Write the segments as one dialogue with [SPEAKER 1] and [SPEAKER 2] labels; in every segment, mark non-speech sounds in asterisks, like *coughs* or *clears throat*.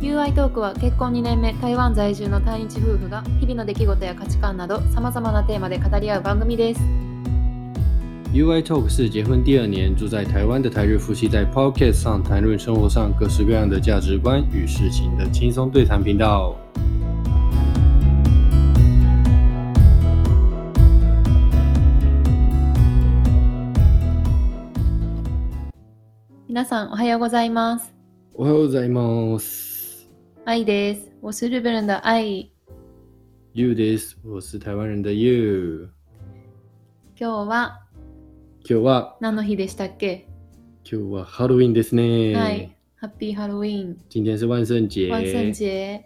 [SPEAKER 1] QI トークは結婚2年目台湾在住の対日夫婦が日々の出来事や価値観などさまざまなテーマで語り合う番組です。
[SPEAKER 2] UI Talk 是结婚第二年住在台湾的台日夫妻在 Pocket 上谈论生活上各式各样的价值观与事情的轻松对谈频道。
[SPEAKER 1] 皆さんおはようございます。
[SPEAKER 2] おはようございます。
[SPEAKER 1] 愛です。我是日本人的愛。
[SPEAKER 2] You this，我是台湾人的 You。
[SPEAKER 1] 今日は
[SPEAKER 2] 今日は
[SPEAKER 1] 何の日でしたっけ？
[SPEAKER 2] 今日はハロウィンですね。
[SPEAKER 1] はい。ハッピーハロウィン。
[SPEAKER 2] 今天是万圣节。
[SPEAKER 1] 万圣。节。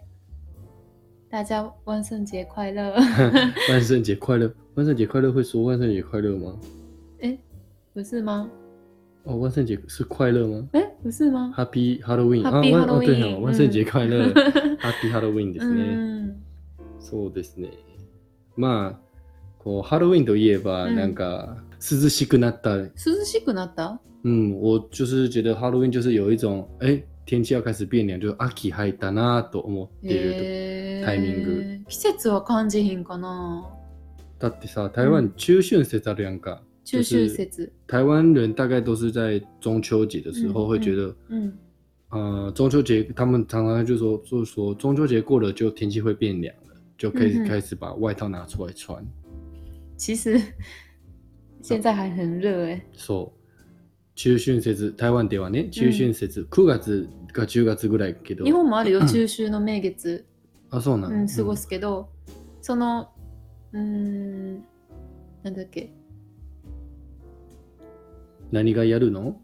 [SPEAKER 1] 大家万圣节快
[SPEAKER 2] *laughs*
[SPEAKER 1] 乐。
[SPEAKER 2] *laughs* 万圣节快乐！万圣节快乐会说万圣节快乐吗？
[SPEAKER 1] え、不是吗？
[SPEAKER 2] 哦，万圣节是快乐吗
[SPEAKER 1] え、不是吗？
[SPEAKER 2] ？Happy Halloween！
[SPEAKER 1] ハッピー
[SPEAKER 2] あ万
[SPEAKER 1] ハロウィン
[SPEAKER 2] あ对哦万聖節快
[SPEAKER 1] う
[SPEAKER 2] 乐
[SPEAKER 1] ん
[SPEAKER 2] ！Happy Halloween です
[SPEAKER 1] 嗯
[SPEAKER 2] ね。
[SPEAKER 1] うん。
[SPEAKER 2] そうですね。まあ、こうハロウィンといえば、
[SPEAKER 1] うん
[SPEAKER 2] なんか涼しくなった。
[SPEAKER 1] 涼しくなった？
[SPEAKER 2] 嗯，我就是觉得ハロウィン就是有一种，哎、天气要开始变凉，就是秋入ったなと思っていると。
[SPEAKER 1] へー
[SPEAKER 2] タイミン
[SPEAKER 1] 季節は感じひんかな。
[SPEAKER 2] だってさ、台
[SPEAKER 1] う
[SPEAKER 2] 湾
[SPEAKER 1] ん
[SPEAKER 2] 中秋節あるやんか。
[SPEAKER 1] 中秋節。
[SPEAKER 2] 台湾人大概都是在中秋节的时候
[SPEAKER 1] 嗯
[SPEAKER 2] 会觉得，
[SPEAKER 1] うん。
[SPEAKER 2] 呃，中秋节他们常常就说，就说中秋节过了就天气会变凉了，就可以
[SPEAKER 1] 嗯哼
[SPEAKER 2] 开始把外套拿出来穿。
[SPEAKER 1] 其
[SPEAKER 2] *laughs*
[SPEAKER 1] 实现在还很热哎、
[SPEAKER 2] そう。中春節、台湾ではね、中春節、9月か10月ぐらいけど、
[SPEAKER 1] 日本もあるよ、中秋の名月、
[SPEAKER 2] あ、そうな
[SPEAKER 1] うんん、
[SPEAKER 2] だ
[SPEAKER 1] 過ごすけど、その、うーん、なんだっけ、
[SPEAKER 2] うん何がやるの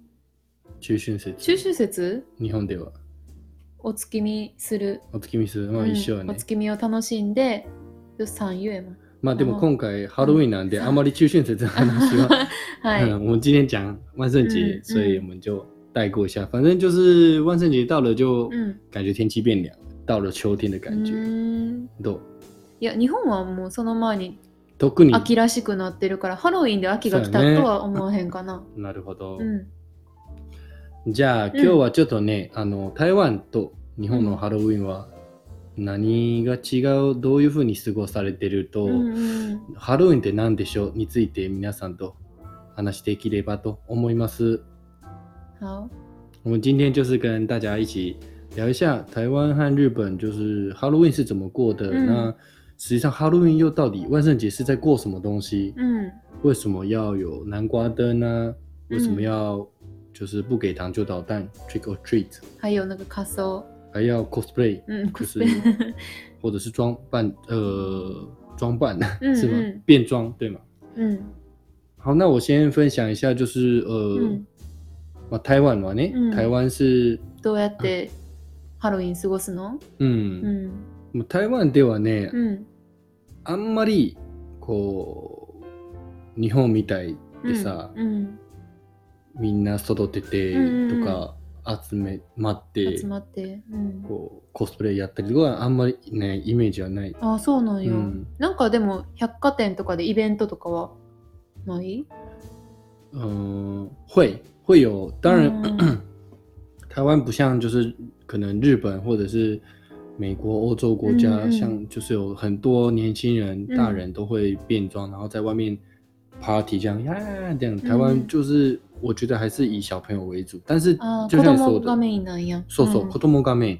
[SPEAKER 2] 中春節、
[SPEAKER 1] 中秋節
[SPEAKER 2] 日本では。
[SPEAKER 1] お月見する。
[SPEAKER 2] お月見する、まあ
[SPEAKER 1] うん
[SPEAKER 2] 一緒や
[SPEAKER 1] お
[SPEAKER 2] ね。
[SPEAKER 1] 月見を楽しんで、三月嘛。
[SPEAKER 2] まあで
[SPEAKER 1] あ
[SPEAKER 2] も
[SPEAKER 1] の
[SPEAKER 2] 今回ハロウィンなんで、あまり中春節の話は。
[SPEAKER 1] *laughs*
[SPEAKER 2] *laughs*
[SPEAKER 1] は
[SPEAKER 2] 嗯
[SPEAKER 1] い。
[SPEAKER 2] 我们今天讲万圣节
[SPEAKER 1] 嗯，
[SPEAKER 2] 所以我们就带过一下。反正就是万圣节到了就
[SPEAKER 1] うん。
[SPEAKER 2] 感觉天气变凉，到了秋天的感
[SPEAKER 1] う
[SPEAKER 2] 觉。
[SPEAKER 1] ーん
[SPEAKER 2] どう
[SPEAKER 1] いや、日本はもうその前に
[SPEAKER 2] 特に。
[SPEAKER 1] 秋らしくなってるから、ハロウィンで秋が来た
[SPEAKER 2] そうやね
[SPEAKER 1] とは思わへんかな。
[SPEAKER 2] なるほど。
[SPEAKER 1] うん。
[SPEAKER 2] じゃあ今日はちょっとね、あの台湾と日本のハロウィンは何が違うどういうふうに過ごされてると、
[SPEAKER 1] うんうん
[SPEAKER 2] ハロウィンって何でしょうについて皆さんと話していければと思います。
[SPEAKER 1] 好。
[SPEAKER 2] 我们今天就是跟大家一起聊一下台湾和日本就是ハロウィン是怎么过的。
[SPEAKER 1] 嗯
[SPEAKER 2] 那实际上ハロウィン又到底万圣节是在过什么东西？
[SPEAKER 1] うん。
[SPEAKER 2] 为什么要有南瓜灯呢、为什
[SPEAKER 1] 嗯
[SPEAKER 2] 么要就是不给糖就捣蛋 （trick or treat）？
[SPEAKER 1] 还有那个卡索，
[SPEAKER 2] 还要 cosplay，
[SPEAKER 1] 嗯
[SPEAKER 2] 就
[SPEAKER 1] *laughs* ，cosplay
[SPEAKER 2] 是或者是装扮，呃，装扮
[SPEAKER 1] 嗯
[SPEAKER 2] *laughs* 是吗
[SPEAKER 1] 嗯？
[SPEAKER 2] 变装对吗？
[SPEAKER 1] 嗯
[SPEAKER 2] 好，那我先分享一下，就是呃，
[SPEAKER 1] 嗯，
[SPEAKER 2] まあ台湾嘛，ね、
[SPEAKER 1] 嗯
[SPEAKER 2] 台湾是，
[SPEAKER 1] どうやってハロウィン過ごすの？う
[SPEAKER 2] 嗯，
[SPEAKER 1] ん
[SPEAKER 2] まあ台湾ではね、
[SPEAKER 1] うん
[SPEAKER 2] あんまりこう日本みたいでさ、
[SPEAKER 1] うん、
[SPEAKER 2] みんな外出て
[SPEAKER 1] うん
[SPEAKER 2] とか集め待っ
[SPEAKER 1] うん
[SPEAKER 2] て
[SPEAKER 1] 集、まって、うん、
[SPEAKER 2] こうコスプレやったりとかあんまりねイメージはない。
[SPEAKER 1] あそうなんや、
[SPEAKER 2] うん
[SPEAKER 1] なんかでも百貨店とかでイベントとかはない？
[SPEAKER 2] 嗯，会会有，当然、 *clears throat*
[SPEAKER 1] 嗯
[SPEAKER 2] 台湾不像就是可能日本或者是美国、欧洲国家，
[SPEAKER 1] 嗯嗯
[SPEAKER 2] 像就是有很多年轻人、
[SPEAKER 1] 嗯
[SPEAKER 2] 大人都会变装，然后在外面 party 这样呀这样。台湾就是、我觉得还是以小朋友为主，但是
[SPEAKER 1] あ
[SPEAKER 2] 就
[SPEAKER 1] 子
[SPEAKER 2] 像你说
[SPEAKER 1] 供
[SPEAKER 2] 的
[SPEAKER 1] がメインなんや。
[SPEAKER 2] そうそう、子供がメイン。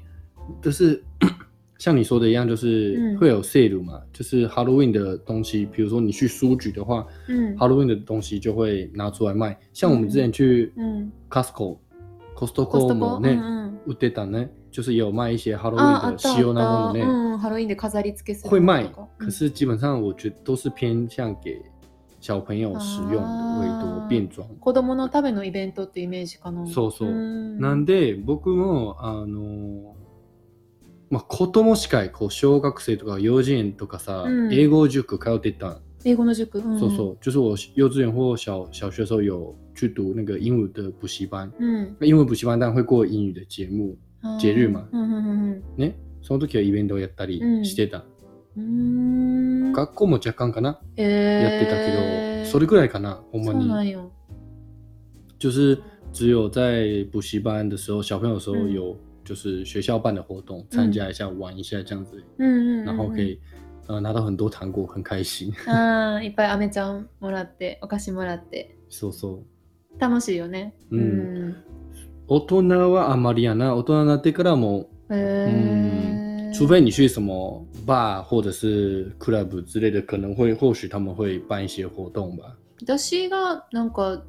[SPEAKER 2] 就是 *coughs* 像你说的一样，就是
[SPEAKER 1] 嗯
[SPEAKER 2] 会有 sale 嘛，就是 Halloween 的东西，比如说你去书局的话，
[SPEAKER 1] うん、うん、
[SPEAKER 2] Halloween 的东西就会拿出来卖。像我们之前去
[SPEAKER 1] 嗯
[SPEAKER 2] Costco、
[SPEAKER 1] コス
[SPEAKER 2] Costco
[SPEAKER 1] トコ、
[SPEAKER 2] も
[SPEAKER 1] うんう
[SPEAKER 2] ね、
[SPEAKER 1] ん、
[SPEAKER 2] 売ってたね。就是也有卖一些
[SPEAKER 1] ああ
[SPEAKER 2] Halloween
[SPEAKER 1] っ
[SPEAKER 2] 的
[SPEAKER 1] た
[SPEAKER 2] 仕様
[SPEAKER 1] あっ
[SPEAKER 2] なも
[SPEAKER 1] た、
[SPEAKER 2] のね，
[SPEAKER 1] うん、ハロウィンで飾り付けする
[SPEAKER 2] 会卖
[SPEAKER 1] とか。
[SPEAKER 2] 可是基本上我觉得都是偏向给小朋友使用的为多
[SPEAKER 1] 啊，
[SPEAKER 2] 变装。
[SPEAKER 1] 子供のためのイベントっていうイメージかな。
[SPEAKER 2] そうそう
[SPEAKER 1] うん
[SPEAKER 2] なんで僕もあのまあ子供しかいこう小学生とか幼稚園とかさ、
[SPEAKER 1] うん
[SPEAKER 2] 英語塾通ってた、
[SPEAKER 1] 英語の塾、うん、
[SPEAKER 2] そうそう就是我幼稚园或小小学的时候有去读那个英语的补习班
[SPEAKER 1] うん。
[SPEAKER 2] 英文補習班当然会过英语的节目ジェルーマン
[SPEAKER 1] うんうん
[SPEAKER 2] ねその時はイベントをやったり
[SPEAKER 1] うん
[SPEAKER 2] してた、
[SPEAKER 1] うんうん。うーん
[SPEAKER 2] 学校も若干かな
[SPEAKER 1] え
[SPEAKER 2] やってたけど、それくらいかなほんま
[SPEAKER 1] そうな
[SPEAKER 2] に
[SPEAKER 1] んよ。
[SPEAKER 2] 就是只有在补习班的时候小朋友的时候
[SPEAKER 1] 嗯
[SPEAKER 2] 有就是学校办的活动，参加一下、玩一下这样子，
[SPEAKER 1] うんうんうんうん
[SPEAKER 2] 然后可以呃拿到很多糖果，很开心。 *laughs*
[SPEAKER 1] あーいっぱい飴ちゃんもらってお菓子もらって
[SPEAKER 2] そうそう。
[SPEAKER 1] 楽しいよね
[SPEAKER 2] うん大人はあまりやな。大人になってからも、
[SPEAKER 1] うんへー
[SPEAKER 2] 除非你去什么 bar 或者是 club 之类的，可能会或许他们会办一些活动吧。
[SPEAKER 1] 私がなんか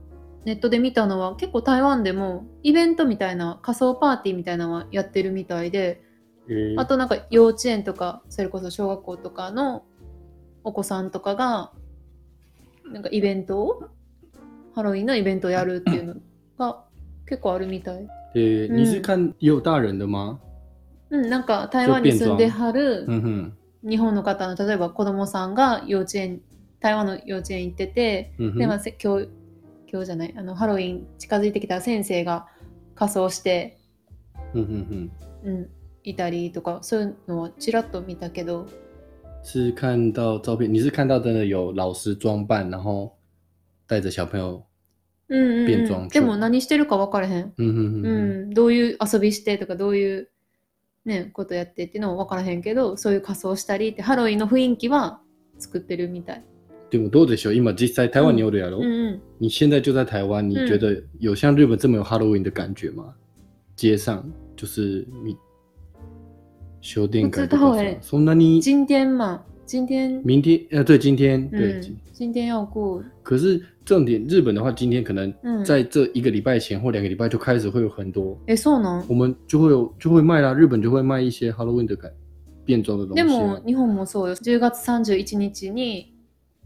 [SPEAKER 1] ネットで見たのは結構台湾でもイベントみたいな仮想パーティーみたいなのはやってるみたいであとなんか幼稚園とかそれこそ小学校とかのお子さんとかがなんかイベントをハロウィンのイベントをやるっていうのが結構あるみたい。
[SPEAKER 2] 对，
[SPEAKER 1] 嗯
[SPEAKER 2] 你是看也有大人的吗？
[SPEAKER 1] うん、なんか台湾に住んではる
[SPEAKER 2] 嗯哼，
[SPEAKER 1] 日本の方の例えば子供さんが幼稚園台湾の幼稚園行ってて
[SPEAKER 2] 嗯
[SPEAKER 1] で、まあ、
[SPEAKER 2] 哼，
[SPEAKER 1] せ今日今日じゃないあのハロウィン近づいてきたら先生が仮装して、
[SPEAKER 2] 嗯哼哼，
[SPEAKER 1] うん、いたりとかそういうのはちらっと見たけど
[SPEAKER 2] 是看到照片，你是看到真的有老师装扮，然后带着小朋友，
[SPEAKER 1] うんうん
[SPEAKER 2] 便
[SPEAKER 1] う
[SPEAKER 2] 装
[SPEAKER 1] ん、で
[SPEAKER 2] 中
[SPEAKER 1] も何してるか分からへん、
[SPEAKER 2] 嗯哼
[SPEAKER 1] う
[SPEAKER 2] 哼
[SPEAKER 1] ん
[SPEAKER 2] 哼，
[SPEAKER 1] どういう遊びしてとかどういう、ね、ことやってっていうのは分からへんけどそういう仮装したりってハロウィンの雰囲気は作ってるみたい。
[SPEAKER 2] 对我多的时候，因为実在台湾你有的呀
[SPEAKER 1] うんうん
[SPEAKER 2] 你现在就在台湾，你
[SPEAKER 1] 嗯
[SPEAKER 2] 觉得有像日本这么有 Halloween 的感觉吗？街上就是你修电改
[SPEAKER 1] 不知道欸
[SPEAKER 2] そんなに
[SPEAKER 1] 今天嘛今天
[SPEAKER 2] 明天呃对今天对，
[SPEAKER 1] 嗯，今天要过，
[SPEAKER 2] 可是重点日本的话，今天可能
[SPEAKER 1] 嗯，
[SPEAKER 2] 在这一个礼拜前或两个礼拜就开始会有很多，
[SPEAKER 1] え、そうなん
[SPEAKER 2] 我们就会有就会卖啦，日本就会卖一些 Halloween 的改变装的东西
[SPEAKER 1] で
[SPEAKER 2] 啊
[SPEAKER 1] も。日本もそうよ。10月31日に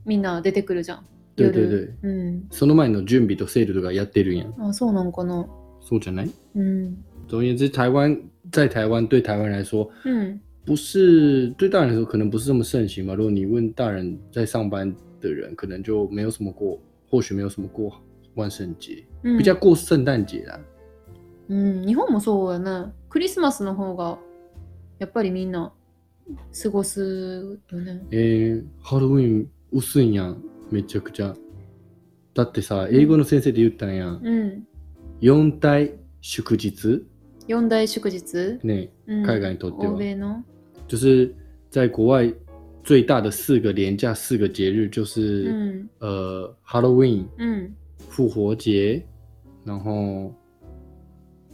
[SPEAKER 1] みんな出てくるじゃん。
[SPEAKER 2] 对
[SPEAKER 1] 夜
[SPEAKER 2] 对对。
[SPEAKER 1] うん。
[SPEAKER 2] その前の準備とセールとかやってるやん。
[SPEAKER 1] あ、そうなんかな。
[SPEAKER 2] そうじゃない？
[SPEAKER 1] うん。
[SPEAKER 2] 总而言之，台湾在台湾对台湾来说，
[SPEAKER 1] うん。
[SPEAKER 2] 不是对大人来说可能不是这么盛行嘛。如果你问大人在上班的人，可能就没有什么过，或许没有什么过万圣节，
[SPEAKER 1] うん
[SPEAKER 2] 比较过圣诞节啦。
[SPEAKER 1] うん、日本もそうやな。クリスマスの方がやっぱりみんな過ごすよね。
[SPEAKER 2] 诶、ハロウィン薄いんやん、めちゃくちゃ。だってさ、英語の先生で言ったんやん。
[SPEAKER 1] うん。
[SPEAKER 2] 四大祝日
[SPEAKER 1] 四大祝日、
[SPEAKER 2] ね、
[SPEAKER 1] うん、
[SPEAKER 2] 海外にとっては
[SPEAKER 1] 欧米の。
[SPEAKER 2] 就是在国外最大的四个连假四个节日，就
[SPEAKER 1] う
[SPEAKER 2] 是、
[SPEAKER 1] ん。
[SPEAKER 2] 呃 Halloween、
[SPEAKER 1] うん。
[SPEAKER 2] 复活节，然后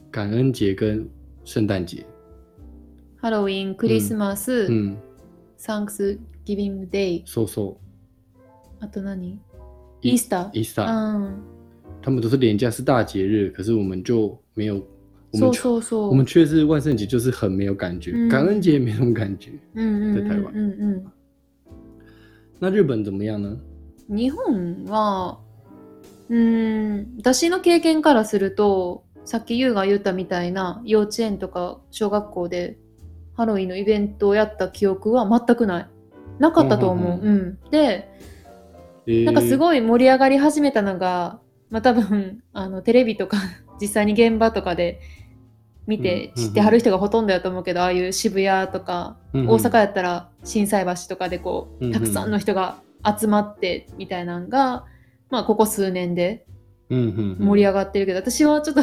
[SPEAKER 2] 感恩节跟圣诞节。
[SPEAKER 1] ハロウィン、クリスマス、
[SPEAKER 2] 嗯，
[SPEAKER 1] サンクスギビングデイ、
[SPEAKER 2] 搜搜
[SPEAKER 1] あと何イ
[SPEAKER 2] イ
[SPEAKER 1] ースター。
[SPEAKER 2] Easter，
[SPEAKER 1] うん。
[SPEAKER 2] 他们都是连假是大节日，可是我们就没有，
[SPEAKER 1] そ
[SPEAKER 2] 我们
[SPEAKER 1] う
[SPEAKER 2] 却
[SPEAKER 1] そうそう。
[SPEAKER 2] 我们却是万圣节就是很没有感觉，
[SPEAKER 1] 嗯
[SPEAKER 2] *laughs* 感恩节也没什么感觉。
[SPEAKER 1] うんうん
[SPEAKER 2] で台
[SPEAKER 1] う
[SPEAKER 2] 湾
[SPEAKER 1] んうん
[SPEAKER 2] 那日本怎么样呢？
[SPEAKER 1] うん日本はうーん私の経験からするとさっき優が言ったみたいな幼稚園とか小学校でハロウィンのイベントをやった記憶は全くないなかったと思う、
[SPEAKER 2] う
[SPEAKER 1] うんで
[SPEAKER 2] 诶
[SPEAKER 1] なんかすごい盛り上がり始めたのが、まあ、多分あのテレビとか *laughs* 実際に現場とかで見て
[SPEAKER 2] うん
[SPEAKER 1] 知ってはる人がほとんどやと思うけど、ああいう渋谷とか
[SPEAKER 2] 嗯
[SPEAKER 1] 大阪やったら心斎橋とかでこ
[SPEAKER 2] うんう
[SPEAKER 1] うんたくさんの人が集まってみたいなのが、まあ、ここ数年で
[SPEAKER 2] 嗯嗯
[SPEAKER 1] 盛り上がってるけど、私はちょっと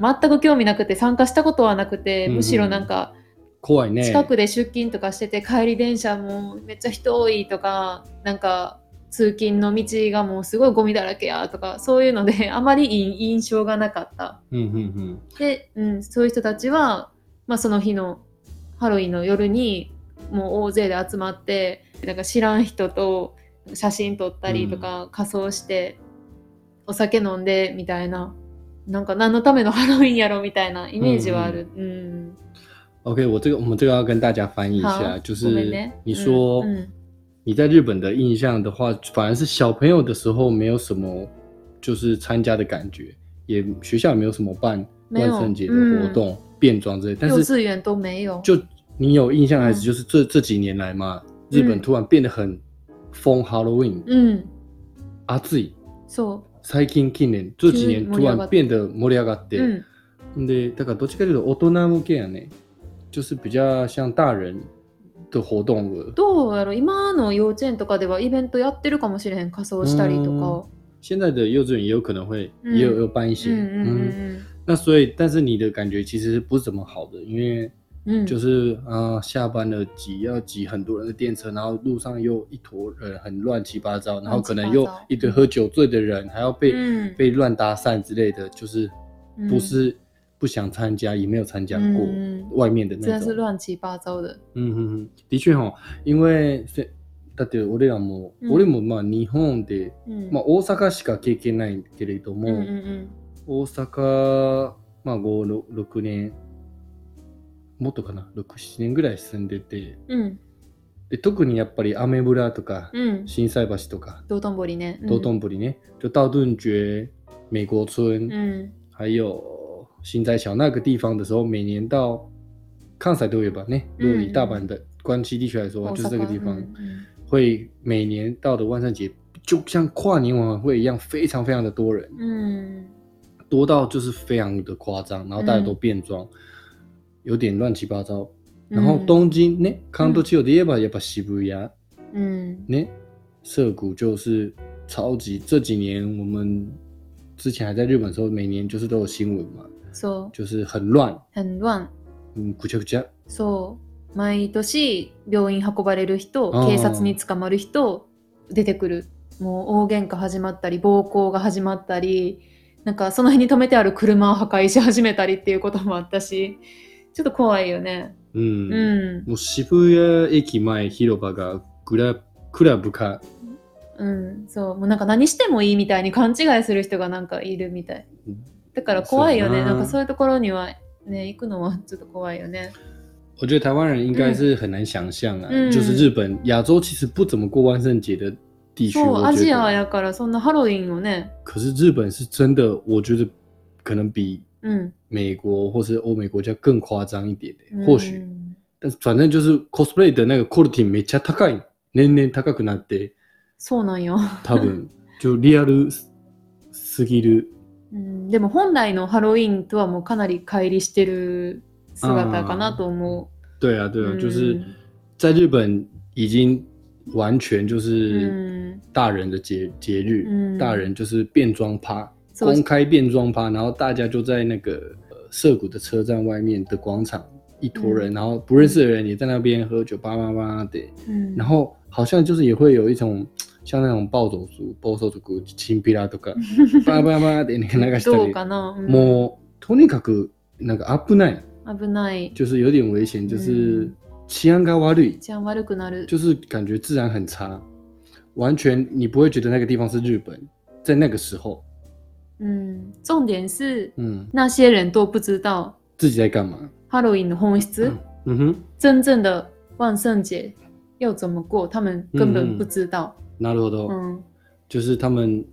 [SPEAKER 1] 全く興味なくて参加したことはなくて、
[SPEAKER 2] うんうん
[SPEAKER 1] むしろなんか
[SPEAKER 2] 怖いね。
[SPEAKER 1] 近くで出勤とかしてて帰り電車もめっちゃ人多いとかなんか通勤の道がもうすごいゴミだらけやとかそういうのであまりいい印象がなかった。
[SPEAKER 2] 嗯嗯嗯，
[SPEAKER 1] で、うん、そういう人たちは、まあ、その日のハロウィンの夜にもう大勢で集まってなんか知らん人と写真撮ったりとか、仮装してお酒飲んでみたいななんか何のためのハロウィンやろみたいなイメージはある。うん
[SPEAKER 2] OK，我这个我们这个要跟大家翻译一下，
[SPEAKER 1] 好
[SPEAKER 2] 就
[SPEAKER 1] 我
[SPEAKER 2] 是
[SPEAKER 1] 们呢
[SPEAKER 2] 你说
[SPEAKER 1] 嗯嗯
[SPEAKER 2] 你在日本的印象的话，反而是小朋友的时候没有什么就是参加的感觉，也学校也没有什么办
[SPEAKER 1] 没
[SPEAKER 2] 万
[SPEAKER 1] 有
[SPEAKER 2] 圣节的活动、
[SPEAKER 1] 嗯
[SPEAKER 2] 变装之类，但
[SPEAKER 1] 幼稚
[SPEAKER 2] 是
[SPEAKER 1] 园都没有。
[SPEAKER 2] 就你有印象还是
[SPEAKER 1] 嗯
[SPEAKER 2] 就是这、这几年来嘛，日本
[SPEAKER 1] 嗯
[SPEAKER 2] 突然变得很疯 Halloween，、
[SPEAKER 1] うん、
[SPEAKER 2] 啊自己
[SPEAKER 1] そ
[SPEAKER 2] 最近近年这几年
[SPEAKER 1] 急に盛
[SPEAKER 2] 突
[SPEAKER 1] り上がっ
[SPEAKER 2] 然变得盛り上がっ
[SPEAKER 1] う。
[SPEAKER 2] て，
[SPEAKER 1] うん、
[SPEAKER 2] でだからどっちかというと大人向けやね就是比较像大人的活动了。
[SPEAKER 1] どうやろ今の幼稚園とかではイベントやってるかもしれへん仮装したりとか。
[SPEAKER 2] 现在的幼稚园也有可能会
[SPEAKER 1] 嗯
[SPEAKER 2] 也有有办一些，
[SPEAKER 1] うんうんうん
[SPEAKER 2] 嗯，
[SPEAKER 1] うん
[SPEAKER 2] 那那所以，但是你的感觉其实不是怎么好的，因为
[SPEAKER 1] 嗯，
[SPEAKER 2] 就是啊、呃下班了挤要挤很多人的电车，然后路上又一坨人很乱七八糟，然后可能又
[SPEAKER 1] 乱七八糟
[SPEAKER 2] 一堆喝酒醉的人，还要被、
[SPEAKER 1] 嗯
[SPEAKER 2] 被乱搭讪之类的，就是
[SPEAKER 1] 嗯
[SPEAKER 2] 不是不想参加，也没有参加过、
[SPEAKER 1] 嗯嗯
[SPEAKER 2] 外面的那
[SPEAKER 1] 真的
[SPEAKER 2] 种。
[SPEAKER 1] 是乱七八糟的。
[SPEAKER 2] うんうんうん。的确哈，因为せだって俺らも、
[SPEAKER 1] うん
[SPEAKER 2] 俺もまあ日本で、
[SPEAKER 1] うん。
[SPEAKER 2] まあ、大阪しか経験ないけれども、
[SPEAKER 1] うんうん
[SPEAKER 2] 大阪、まあ、5、6年、もっとかな、6、7年ぐらい住んでて、
[SPEAKER 1] うん。うん
[SPEAKER 2] で特にやっぱりアメ村とか、
[SPEAKER 1] うん。
[SPEAKER 2] 心斎橋とか、
[SPEAKER 1] 道頓堀ね。うん
[SPEAKER 2] 道頓堀ね、就道顿崛、美国
[SPEAKER 1] う
[SPEAKER 2] 村、
[SPEAKER 1] ん。
[SPEAKER 2] 还有心在小那个地方的时候，每年到康塞都有吧？那如果以大阪的关西地区来说，
[SPEAKER 1] 大阪
[SPEAKER 2] 啊就是这个地方、
[SPEAKER 1] 嗯嗯
[SPEAKER 2] 会每年到的万圣节，就像跨年晚会一样，非常非常的多
[SPEAKER 1] 嗯
[SPEAKER 2] 人，
[SPEAKER 1] うん。
[SPEAKER 2] 多到就是非常的夸张，然后大家都变装，有点乱七八糟。然
[SPEAKER 1] 嗯
[SPEAKER 2] 后东京呢，康多奇有的夜吧，也把西部牙
[SPEAKER 1] うん。
[SPEAKER 2] 呢，涩谷就是超级这几年我们之前还在日本的时候，每年就是都有新闻嘛，
[SPEAKER 1] そう。
[SPEAKER 2] 就是很乱。
[SPEAKER 1] 嗯很乱。
[SPEAKER 2] うん、ぐちゃぐちゃ。
[SPEAKER 1] そう。毎年病院運ばれる人、
[SPEAKER 2] あー
[SPEAKER 1] 警察に捕まる人、出てくる。もう大喧嘩始まったり、暴行が始まったり、なんかその辺に止めてある車を破壊し始めたりっていうこともあったし、ちょっと怖いよね。
[SPEAKER 2] う
[SPEAKER 1] う
[SPEAKER 2] ん。
[SPEAKER 1] ん。
[SPEAKER 2] 嗯もう渋谷駅前広場がグラクラブか、
[SPEAKER 1] うん、そう、もうなんか何してもいいみたいに勘違いする人がなんかいるみたい
[SPEAKER 2] うん。
[SPEAKER 1] だから怖いよ
[SPEAKER 2] そう
[SPEAKER 1] ね。
[SPEAKER 2] やな
[SPEAKER 1] なんかそういうところにはね、行くのはちょっと怖いよね。
[SPEAKER 2] 我觉得台湾人应该是很难想象啊，
[SPEAKER 1] 嗯
[SPEAKER 2] 就是日本、亚洲其实不怎么过万圣节的地区，
[SPEAKER 1] そう、
[SPEAKER 2] 我
[SPEAKER 1] ア
[SPEAKER 2] 觉
[SPEAKER 1] ジア
[SPEAKER 2] 得。
[SPEAKER 1] やからそんなハロウィンをね、
[SPEAKER 2] 可是日本是真的，我觉得可能比
[SPEAKER 1] うん。
[SPEAKER 2] 美国或是欧美国家更夸张一点、
[SPEAKER 1] うん
[SPEAKER 2] 或许。但是反正就是 cosplay 的那个 quality めっちゃ高い。年々高く
[SPEAKER 1] *laughs*
[SPEAKER 2] なって、
[SPEAKER 1] そうなんよ、
[SPEAKER 2] 多分就リアルすぎる。
[SPEAKER 1] うん。でも本来のハロウィンとはもうかなり乖離してる姿かなと思
[SPEAKER 2] 对啊，对啊，
[SPEAKER 1] 嗯
[SPEAKER 2] 就是在日本已经完全就是
[SPEAKER 1] 嗯
[SPEAKER 2] 大人的节、节日，
[SPEAKER 1] 嗯
[SPEAKER 2] 大人就是变装趴，
[SPEAKER 1] う。そう
[SPEAKER 2] 公开变装趴，然后大家就在那个呃涩谷的车站外面的广场一坨人，然后不认识的人也在那边喝酒，叭叭叭的，
[SPEAKER 1] うん
[SPEAKER 2] 然后好像就是也会有一种。像那种暴走族、暴走族、亲皮拉と *laughs* か、叭叭叭でなんか *laughs* した
[SPEAKER 1] どう
[SPEAKER 2] り、
[SPEAKER 1] かな、うん
[SPEAKER 2] もうとにかくなんか危ない。
[SPEAKER 1] 危ない。
[SPEAKER 2] 就是有点危险，就是
[SPEAKER 1] 嗯
[SPEAKER 2] 治安が悪い，
[SPEAKER 1] 治安悪くなる。
[SPEAKER 2] 就是感觉治安很差，完全你不会觉得那个地方是日本，在那个时候，
[SPEAKER 1] うん。重点是、
[SPEAKER 2] 嗯，
[SPEAKER 1] 那些人都不知道
[SPEAKER 2] 自己在干嘛？
[SPEAKER 1] ハロウィンの本質。
[SPEAKER 2] 嗯哼，
[SPEAKER 1] 真正的万圣节要怎么过，他们根本不知道。
[SPEAKER 2] なるほど、
[SPEAKER 1] 嗯
[SPEAKER 2] 就是他们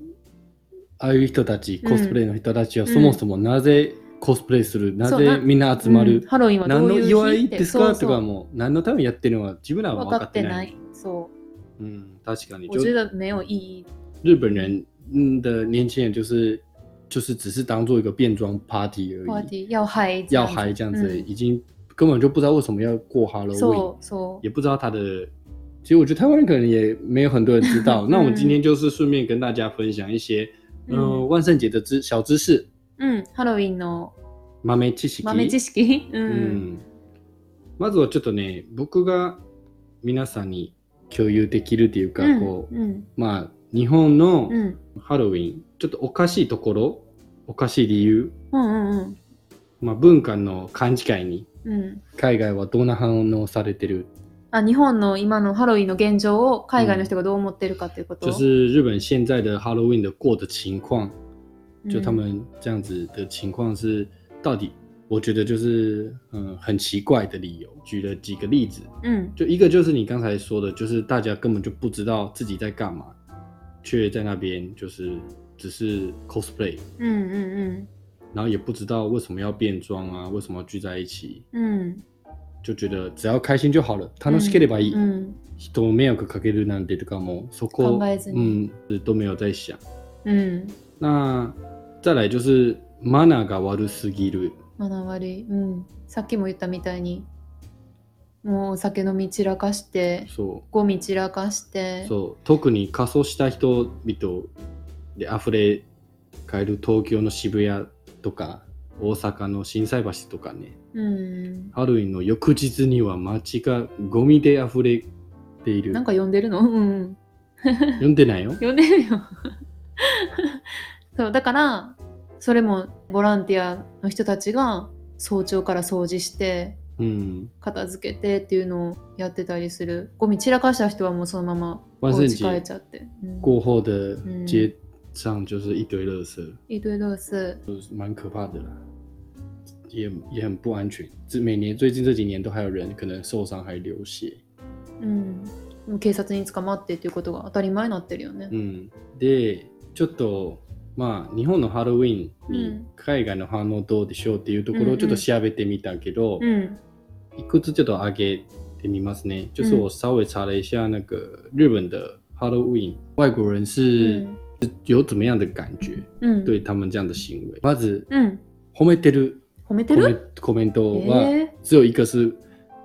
[SPEAKER 2] ああいう人たち、
[SPEAKER 1] うん
[SPEAKER 2] コスプレの人たちは
[SPEAKER 1] うん
[SPEAKER 2] そもそもなぜコスプレする、な
[SPEAKER 1] そうな
[SPEAKER 2] ぜみんな集ま
[SPEAKER 1] うん
[SPEAKER 2] る、
[SPEAKER 1] ハロウィンはど
[SPEAKER 2] 何
[SPEAKER 1] う
[SPEAKER 2] の祝
[SPEAKER 1] い
[SPEAKER 2] い
[SPEAKER 1] 日
[SPEAKER 2] うです
[SPEAKER 1] そ
[SPEAKER 2] か
[SPEAKER 1] う
[SPEAKER 2] と
[SPEAKER 1] そ
[SPEAKER 2] か
[SPEAKER 1] う
[SPEAKER 2] も何のためにやってるのは自分らは
[SPEAKER 1] 分か
[SPEAKER 2] 分か
[SPEAKER 1] っ
[SPEAKER 2] ってて
[SPEAKER 1] な
[SPEAKER 2] ないい。。
[SPEAKER 1] そ
[SPEAKER 2] 嗯，確かに。
[SPEAKER 1] う、我觉得没有意义。
[SPEAKER 2] 日本人嗯的年轻人就是就是只是当做一个变装 party 而已，
[SPEAKER 1] 话题要嗨，
[SPEAKER 2] 要嗨这样子而已，
[SPEAKER 1] 嗯
[SPEAKER 2] 已经根本就不知道为什么要过 Halloween，
[SPEAKER 1] そうそ
[SPEAKER 2] 也不知道他的。其实我觉得台湾人可能也没有很多人
[SPEAKER 1] *laughs*
[SPEAKER 2] 知道。那我们今天就是顺便跟大家分享一些，
[SPEAKER 1] う。
[SPEAKER 2] 嗯、
[SPEAKER 1] うん
[SPEAKER 2] 万圣节的知小知识，
[SPEAKER 1] うん、ハロウィンの
[SPEAKER 2] 豆知識。
[SPEAKER 1] 豆知識。う。
[SPEAKER 2] *laughs* うんん。まずはちょっとね、僕が皆さんに共有できるっていうか、
[SPEAKER 1] うん
[SPEAKER 2] こう、
[SPEAKER 1] うん
[SPEAKER 2] まあ日本の、
[SPEAKER 1] うん
[SPEAKER 2] ハロウィン、ちょっとおかしいところ、おかしい理由、
[SPEAKER 1] うんうん
[SPEAKER 2] まあ、文化の勘違いに、
[SPEAKER 1] うん。
[SPEAKER 2] 海外はどんな反応されてる
[SPEAKER 1] あ日本の今のハロウィンの現状を海外の人がどう思ってるかっていうこと。
[SPEAKER 2] 就是日本现在的 Halloween 的过的情况，
[SPEAKER 1] うん
[SPEAKER 2] 就他们这样子的情况是到底，我觉得就是嗯很奇怪的理由。举了几个例子，
[SPEAKER 1] うん
[SPEAKER 2] 就一个就是你刚才说的，就是大家根本就不知道自己在干嘛，却在那边就是只是 cosplay，
[SPEAKER 1] うんうん
[SPEAKER 2] 然后也不知道为什么要变装啊，为什么要聚在一起，
[SPEAKER 1] うんうん
[SPEAKER 2] 就觉得只要开心就好了，楽しければいい。
[SPEAKER 1] うん
[SPEAKER 2] 人を迷惑かけるなんてとかもそこ
[SPEAKER 1] 考えず
[SPEAKER 2] 哦嗯
[SPEAKER 1] に
[SPEAKER 2] 都没有在想。
[SPEAKER 1] うん。
[SPEAKER 2] 那再来就是マナーが悪すぎる。
[SPEAKER 1] マナー悪い、うん、さっきも言ったみたいにもうお酒飲み散らかして
[SPEAKER 2] そ
[SPEAKER 1] ゴミ散らかして
[SPEAKER 2] うそう特に仮装した人々で溢れ返る東京の渋谷とか大阪の心斎橋とかね、
[SPEAKER 1] うん。
[SPEAKER 2] ハロウィンの翌日には街がゴミで溢れている。
[SPEAKER 1] なんか呼んでるのうん。
[SPEAKER 2] 読んでないよ。
[SPEAKER 1] 呼んでるよ。そう、だから、それもボランティアの人たちが早朝から掃除して、
[SPEAKER 2] うん。
[SPEAKER 1] 片付けてっていうのをやってたりする。ゴミ散らかした人はもうそのまま
[SPEAKER 2] 万
[SPEAKER 1] お
[SPEAKER 2] 圣
[SPEAKER 1] 家帰
[SPEAKER 2] 节
[SPEAKER 1] っちゃって。嗯
[SPEAKER 2] 过后的
[SPEAKER 1] 嗯
[SPEAKER 2] 街上就是一堆垃圾，
[SPEAKER 1] 一堆垃圾。
[SPEAKER 2] 蛮可怕的啦，也也很不安全。这每年最近这几年都还有人可能受伤还流血。
[SPEAKER 1] うん。でも警察に捕まってっていうことが当たり前になってるよね
[SPEAKER 2] う。ん、でちょっとまあ日本のハロウィンに海外の反応どうでしょうっていうとこ
[SPEAKER 1] うん
[SPEAKER 2] ろ
[SPEAKER 1] う
[SPEAKER 2] を
[SPEAKER 1] ん
[SPEAKER 2] ちょっと調べてみたけど、
[SPEAKER 1] うん。
[SPEAKER 2] いくつちょっと上げてみますね。就是我稍微查了一下那个日本的 Halloween，外国人
[SPEAKER 1] う
[SPEAKER 2] 是
[SPEAKER 1] ん。
[SPEAKER 2] 有怎么样的感觉？
[SPEAKER 1] うん。
[SPEAKER 2] 对他们这样的行为，まず
[SPEAKER 1] うん。
[SPEAKER 2] 褒めてる
[SPEAKER 1] 褒め
[SPEAKER 2] コ
[SPEAKER 1] て
[SPEAKER 2] メ
[SPEAKER 1] る
[SPEAKER 2] コメント
[SPEAKER 1] え
[SPEAKER 2] は
[SPEAKER 1] ー
[SPEAKER 2] 只有一个是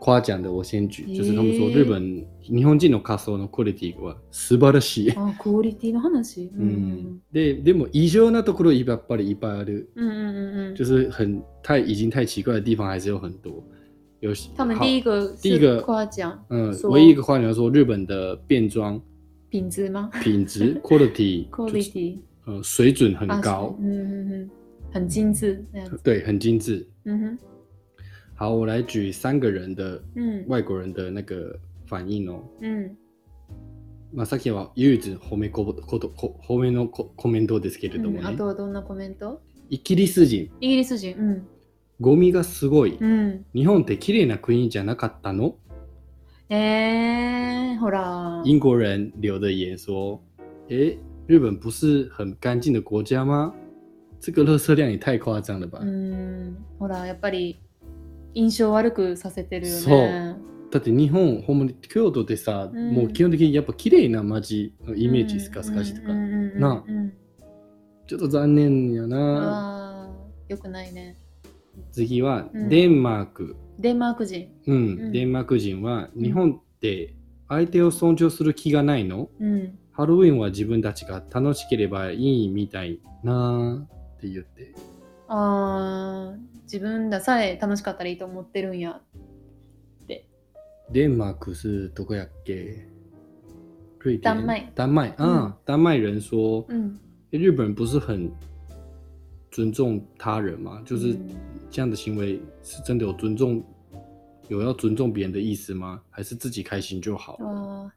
[SPEAKER 2] 夸奖的，我先举，就是他们说
[SPEAKER 1] えー
[SPEAKER 2] 日本日本人の仮装のクオリティは素晴らしい。
[SPEAKER 1] あクオリティの話。う
[SPEAKER 2] うんん。ででも異常なところやっぱりいっぱいある、
[SPEAKER 1] うんうんうんうん。
[SPEAKER 2] 就是很太已经太奇怪的地方还是有很多。有
[SPEAKER 1] 他们
[SPEAKER 2] 好
[SPEAKER 1] 第一个
[SPEAKER 2] 第一个
[SPEAKER 1] 是夸奖
[SPEAKER 2] 嗯，
[SPEAKER 1] 说
[SPEAKER 2] 唯一一个话题说日本的
[SPEAKER 1] *laughs*
[SPEAKER 2] 变装
[SPEAKER 1] 品质吗
[SPEAKER 2] 品质 quality 就是
[SPEAKER 1] ？quality
[SPEAKER 2] 呃水准很
[SPEAKER 1] 啊
[SPEAKER 2] 高，
[SPEAKER 1] 嗯嗯嗯，很精致那样子。
[SPEAKER 2] 对，很精致。
[SPEAKER 1] 嗯哼，
[SPEAKER 2] 好，我来举三个人的
[SPEAKER 1] 嗯
[SPEAKER 2] 外国人的那个反应哦。
[SPEAKER 1] 嗯
[SPEAKER 2] まあさっきは唯一褒めこことこ褒めのこコメントですけれども
[SPEAKER 1] 嗯。あ
[SPEAKER 2] ね。
[SPEAKER 1] とはどんなコメント？
[SPEAKER 2] イギリス人、
[SPEAKER 1] イギリス人。うん
[SPEAKER 2] ゴミがすごい。
[SPEAKER 1] うん。
[SPEAKER 2] 日本って綺麗な国じゃなかったの？
[SPEAKER 1] えー、ほら。
[SPEAKER 2] 英国人留的言说：“诶，日本不是很干净的国家吗？这个垃圾量也太夸张了吧！”
[SPEAKER 1] うん。ほらやっぱり印象悪くさせてるよ
[SPEAKER 2] そ
[SPEAKER 1] ね
[SPEAKER 2] う。だって日本、ほんまに京都でさ、
[SPEAKER 1] うん
[SPEAKER 2] もう基本的にやっぱ綺麗な街のイメー
[SPEAKER 1] う
[SPEAKER 2] ジ
[SPEAKER 1] ん
[SPEAKER 2] スカスカしとか、
[SPEAKER 1] うんうんうんうん
[SPEAKER 2] な
[SPEAKER 1] うん
[SPEAKER 2] ちょっと残念やな。
[SPEAKER 1] あーよくないね。
[SPEAKER 2] 次は
[SPEAKER 1] うん
[SPEAKER 2] デンマーク、
[SPEAKER 1] デンマーク人。
[SPEAKER 2] うん
[SPEAKER 1] うん
[SPEAKER 2] デンマーク人は日本って相手を尊重する気がないの
[SPEAKER 1] うん。
[SPEAKER 2] ハロウィンは自分たちが楽しければいいみたいなって言って。
[SPEAKER 1] あー自分らさえ楽しかったらいいと思ってるんや。
[SPEAKER 2] デンマーク是どこやっけ瑞典
[SPEAKER 1] 丹麦嗯
[SPEAKER 2] 丹麦啊、丹麦人说、
[SPEAKER 1] うん。
[SPEAKER 2] 日本人不是很尊重他人吗？就是
[SPEAKER 1] 嗯
[SPEAKER 2] 这样的行为是真的有尊重，有要尊重别人的意思吗？还是自己开心就好？
[SPEAKER 1] あー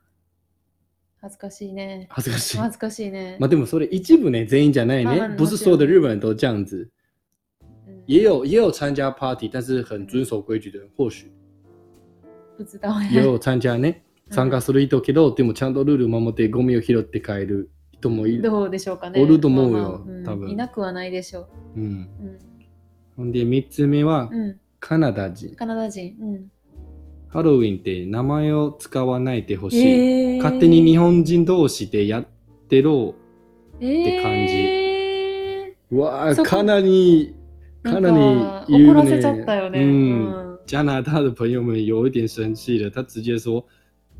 [SPEAKER 1] 恥ずかしいね。
[SPEAKER 2] 恥ずかしい。
[SPEAKER 1] 恥ずかしいね。
[SPEAKER 2] まあでもそれ一部ね全員じゃない
[SPEAKER 1] まあ
[SPEAKER 2] ね
[SPEAKER 1] まあもちろん
[SPEAKER 2] 哎不是所有的日本人都这样子，
[SPEAKER 1] うん
[SPEAKER 2] 也有也有参加 party，但是很遵守规矩的人，或许
[SPEAKER 1] 嗯不知道ね *laughs*
[SPEAKER 2] 也有参加ね
[SPEAKER 1] うん
[SPEAKER 2] 参加する人けど、でもちゃんとルール守ってゴミを拾って帰る人もいる。
[SPEAKER 1] どうでしょうかね。
[SPEAKER 2] おると思うよ
[SPEAKER 1] まあまあん
[SPEAKER 2] 多分
[SPEAKER 1] いなくはないでしょ
[SPEAKER 2] うん。
[SPEAKER 1] う。うん。
[SPEAKER 2] ほんで3つ目は
[SPEAKER 1] う
[SPEAKER 2] カナダ人
[SPEAKER 1] ん、。カナダ人。うん。
[SPEAKER 2] ハロウィンって名前を使わないでほしい。
[SPEAKER 1] えー
[SPEAKER 2] 勝手に日本人同士でやってろ。
[SPEAKER 1] って
[SPEAKER 2] 感じ
[SPEAKER 1] え
[SPEAKER 2] うわあ、
[SPEAKER 1] そこ
[SPEAKER 2] かなり、
[SPEAKER 1] ー、
[SPEAKER 2] かなり
[SPEAKER 1] なんか
[SPEAKER 2] 言う
[SPEAKER 1] 怒
[SPEAKER 2] ね
[SPEAKER 1] らせちゃったよね。
[SPEAKER 2] うん
[SPEAKER 1] うん
[SPEAKER 2] 加拿大的朋友们有一点生气了，他直接说：“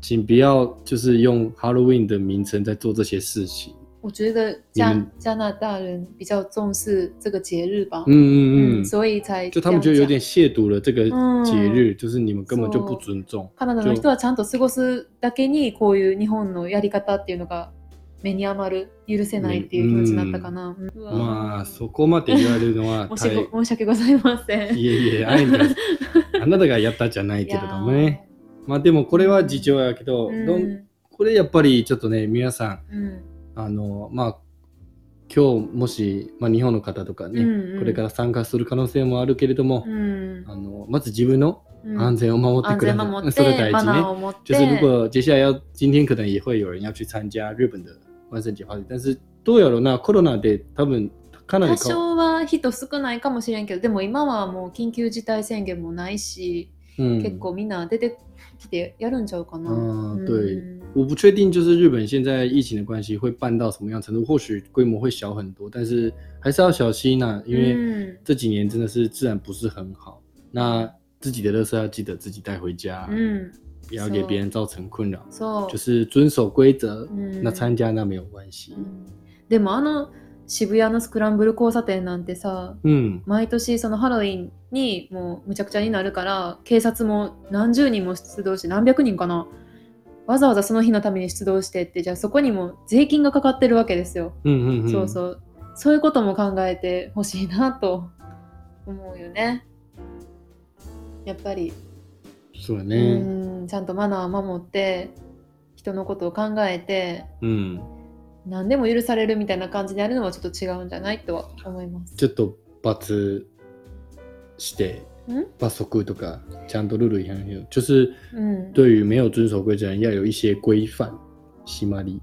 [SPEAKER 2] 请不要就是用 Halloween 的名称在做这些事情。
[SPEAKER 1] 我觉得加
[SPEAKER 2] 你们
[SPEAKER 1] 加拿大人比较重视这个节日吧”。
[SPEAKER 2] 嗯嗯嗯，
[SPEAKER 1] 所以才
[SPEAKER 2] 就他们
[SPEAKER 1] 这
[SPEAKER 2] 就
[SPEAKER 1] 样讲
[SPEAKER 2] 有点亵渎了这个
[SPEAKER 1] 嗯
[SPEAKER 2] 节日，就是你们根本就不
[SPEAKER 1] そう
[SPEAKER 2] 尊重。
[SPEAKER 1] カナダの人はちゃんと過ごすだけにこういう日本のやり方っていうのが目に余る許せないっていう気持ちになったかな。うんうわ
[SPEAKER 2] *laughs* まあ、そこまで言われるのは
[SPEAKER 1] *laughs* 申
[SPEAKER 2] 大
[SPEAKER 1] しご申し訳ございません。
[SPEAKER 2] いえいえ、あえてあなたがやったじゃないけれどもね。まあでもこれは事情やけど、
[SPEAKER 1] いやー。
[SPEAKER 2] ど
[SPEAKER 1] うんん
[SPEAKER 2] これやっぱりちょっとね、皆さん、
[SPEAKER 1] うん
[SPEAKER 2] あの、まあ、今日もし、まあ、日本の方とかね、
[SPEAKER 1] うんうん
[SPEAKER 2] これから参加する可能性もあるけれども
[SPEAKER 1] う、ん
[SPEAKER 2] あのまず自分の
[SPEAKER 1] うん
[SPEAKER 2] 安全を守って
[SPEAKER 1] 安
[SPEAKER 2] くだ
[SPEAKER 1] 全
[SPEAKER 2] さい。
[SPEAKER 1] 守
[SPEAKER 2] 嗯
[SPEAKER 1] っ
[SPEAKER 2] それ大
[SPEAKER 1] て、マ
[SPEAKER 2] 事
[SPEAKER 1] ナー
[SPEAKER 2] ね。
[SPEAKER 1] を持っ
[SPEAKER 2] 就是如
[SPEAKER 1] て。
[SPEAKER 2] 果接下来要今天可能也会有人要去参加日本的万圣节 party，但是どうやろうな、コロナで多分かなり
[SPEAKER 1] 多
[SPEAKER 2] か、
[SPEAKER 1] 少は人少ないかもしれんけど、でも今はもう緊急事態宣言もないし、
[SPEAKER 2] 嗯
[SPEAKER 1] 結構みんな出てきてやるんちゃうかな。
[SPEAKER 2] あー
[SPEAKER 1] うん
[SPEAKER 2] 对我不确定，就是日本现在疫情的关系会办到什么样程度，或许规模会小很多，但是还是要小心呐、因为
[SPEAKER 1] うん
[SPEAKER 2] 这几年真的是治安不是很好。那自己的垃圾要记得自己带回家，
[SPEAKER 1] うん、
[SPEAKER 2] 不要给别人造成困扰，
[SPEAKER 1] そう。
[SPEAKER 2] 就是遵守规则。
[SPEAKER 1] うん
[SPEAKER 2] 那参加那没有关系
[SPEAKER 1] う，んでもあの渋谷のスクランブル交差点なんてさ
[SPEAKER 2] 嗯，
[SPEAKER 1] 毎年そのハロウィンにもうむちゃくちゃになるから警察も何十人も出動して何百人かなわざわざその日のために出動してってじゃあそこにも税金がかかってるわけですよ、
[SPEAKER 2] 嗯嗯嗯，
[SPEAKER 1] そうそうそういうことも考えてほしいなと思うよねやっぱり、
[SPEAKER 2] そうや
[SPEAKER 1] う
[SPEAKER 2] ね。
[SPEAKER 1] ーんちゃんとマナー守って人のことを考えて
[SPEAKER 2] うん、
[SPEAKER 1] 何でも許されるみたいな感じでやるのはちょっと違うんじゃないとは思います
[SPEAKER 2] ちょっと罰して
[SPEAKER 1] ん
[SPEAKER 2] 罰則とかちゃんとルール違反有，就是
[SPEAKER 1] うん
[SPEAKER 2] 对于没有遵守规则的人要有一些规范。締まり、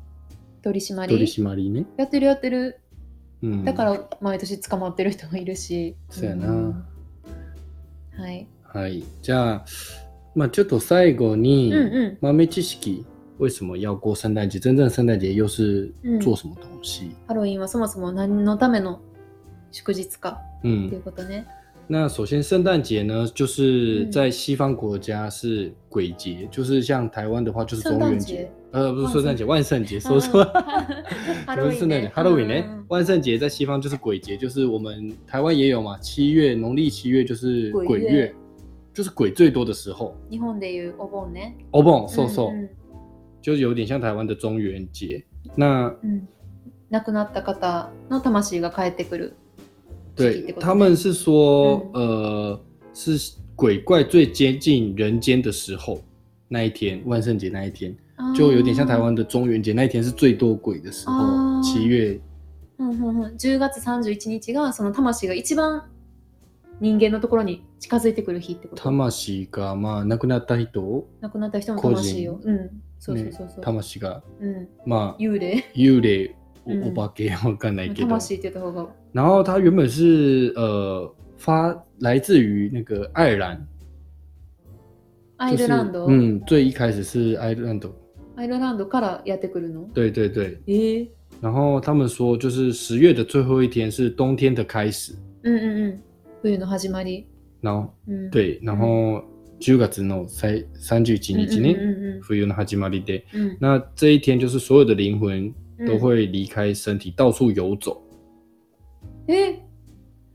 [SPEAKER 1] 取り締ま
[SPEAKER 2] 取り
[SPEAKER 1] り
[SPEAKER 2] 締まりね。
[SPEAKER 1] やってるやってる
[SPEAKER 2] うん、
[SPEAKER 1] だから毎年捕まってる人もいるし。
[SPEAKER 2] そうやな
[SPEAKER 1] うんはい。
[SPEAKER 2] はい、じゃあ、まあちょっと最後に、
[SPEAKER 1] うんう
[SPEAKER 2] 豆知識，为什么要过圣诞节？真正圣诞节又是
[SPEAKER 1] 嗯
[SPEAKER 2] 做什么东西？
[SPEAKER 1] ん。ハロウィンはそもそも何のための祝日か
[SPEAKER 2] 嗯
[SPEAKER 1] っていうことね。
[SPEAKER 2] 那首先圣诞节呢，就是
[SPEAKER 1] 嗯
[SPEAKER 2] 在西方国家是鬼节，就是像台湾的话就是中
[SPEAKER 1] 圣
[SPEAKER 2] 元
[SPEAKER 1] 诞
[SPEAKER 2] 节
[SPEAKER 1] 节，
[SPEAKER 2] 呃，不是
[SPEAKER 1] 万圣
[SPEAKER 2] 圣诞节，万圣节，说
[SPEAKER 1] 嗯
[SPEAKER 2] *laughs* 错了。
[SPEAKER 1] 哈
[SPEAKER 2] 不
[SPEAKER 1] ロウ
[SPEAKER 2] 是
[SPEAKER 1] ィ
[SPEAKER 2] 圣
[SPEAKER 1] ン
[SPEAKER 2] 诞
[SPEAKER 1] ね
[SPEAKER 2] 节，Halloween
[SPEAKER 1] 嗯
[SPEAKER 2] 呢？万圣节在西方就是鬼节，就是我们台湾也有嘛，七月农历七月就是
[SPEAKER 1] 鬼
[SPEAKER 2] 鬼
[SPEAKER 1] 月
[SPEAKER 2] 月，就是鬼最多的时候。
[SPEAKER 1] 日本でいうお盆ね。
[SPEAKER 2] 哦不，瘦瘦
[SPEAKER 1] うんうん
[SPEAKER 2] 就是有点像台湾的中元节。那
[SPEAKER 1] うん亡くなった方の魂が帰ってくる時期って
[SPEAKER 2] 对
[SPEAKER 1] ことね。
[SPEAKER 2] 他们是说，
[SPEAKER 1] 嗯
[SPEAKER 2] 呃，是鬼怪最接近人间的时候，那一天，万圣节那一天，
[SPEAKER 1] 哦
[SPEAKER 2] 就有点像台湾的中元节那一天是最多鬼的时候，
[SPEAKER 1] 哦
[SPEAKER 2] 七、月，
[SPEAKER 1] うんうんうん10月31日がその魂が一番人間のところに近づいてくる日ってこと。
[SPEAKER 2] 魂がまあ亡くなった人、
[SPEAKER 1] 亡くなった人の魂を。
[SPEAKER 2] 個
[SPEAKER 1] うん。そうそうそうそう。
[SPEAKER 2] 魂が
[SPEAKER 1] うん。
[SPEAKER 2] まあ
[SPEAKER 1] 幽霊
[SPEAKER 2] 幽霊、
[SPEAKER 1] 嗯
[SPEAKER 2] お化けわかんないけど，
[SPEAKER 1] 魂って言った方が。
[SPEAKER 2] 然后它原本是呃发来自于那个爱尔兰，
[SPEAKER 1] アイルランド、
[SPEAKER 2] 就是嗯，最一开始是爱尔兰的，
[SPEAKER 1] アイルランドからやってくるの
[SPEAKER 2] 对对对，
[SPEAKER 1] えー、
[SPEAKER 2] 然后他们说，就是十月的最后一天是冬天的开始，
[SPEAKER 1] うんうんうん。冬の始まり。
[SPEAKER 2] 然后
[SPEAKER 1] うん、
[SPEAKER 2] 对，然后10月の最31
[SPEAKER 1] うんうん
[SPEAKER 2] 日
[SPEAKER 1] うん
[SPEAKER 2] ね，
[SPEAKER 1] う
[SPEAKER 2] 冬の始まりで，
[SPEAKER 1] んうん
[SPEAKER 2] 那这一天就是所有的灵魂
[SPEAKER 1] うん
[SPEAKER 2] 都会离开身体，到处游走。
[SPEAKER 1] え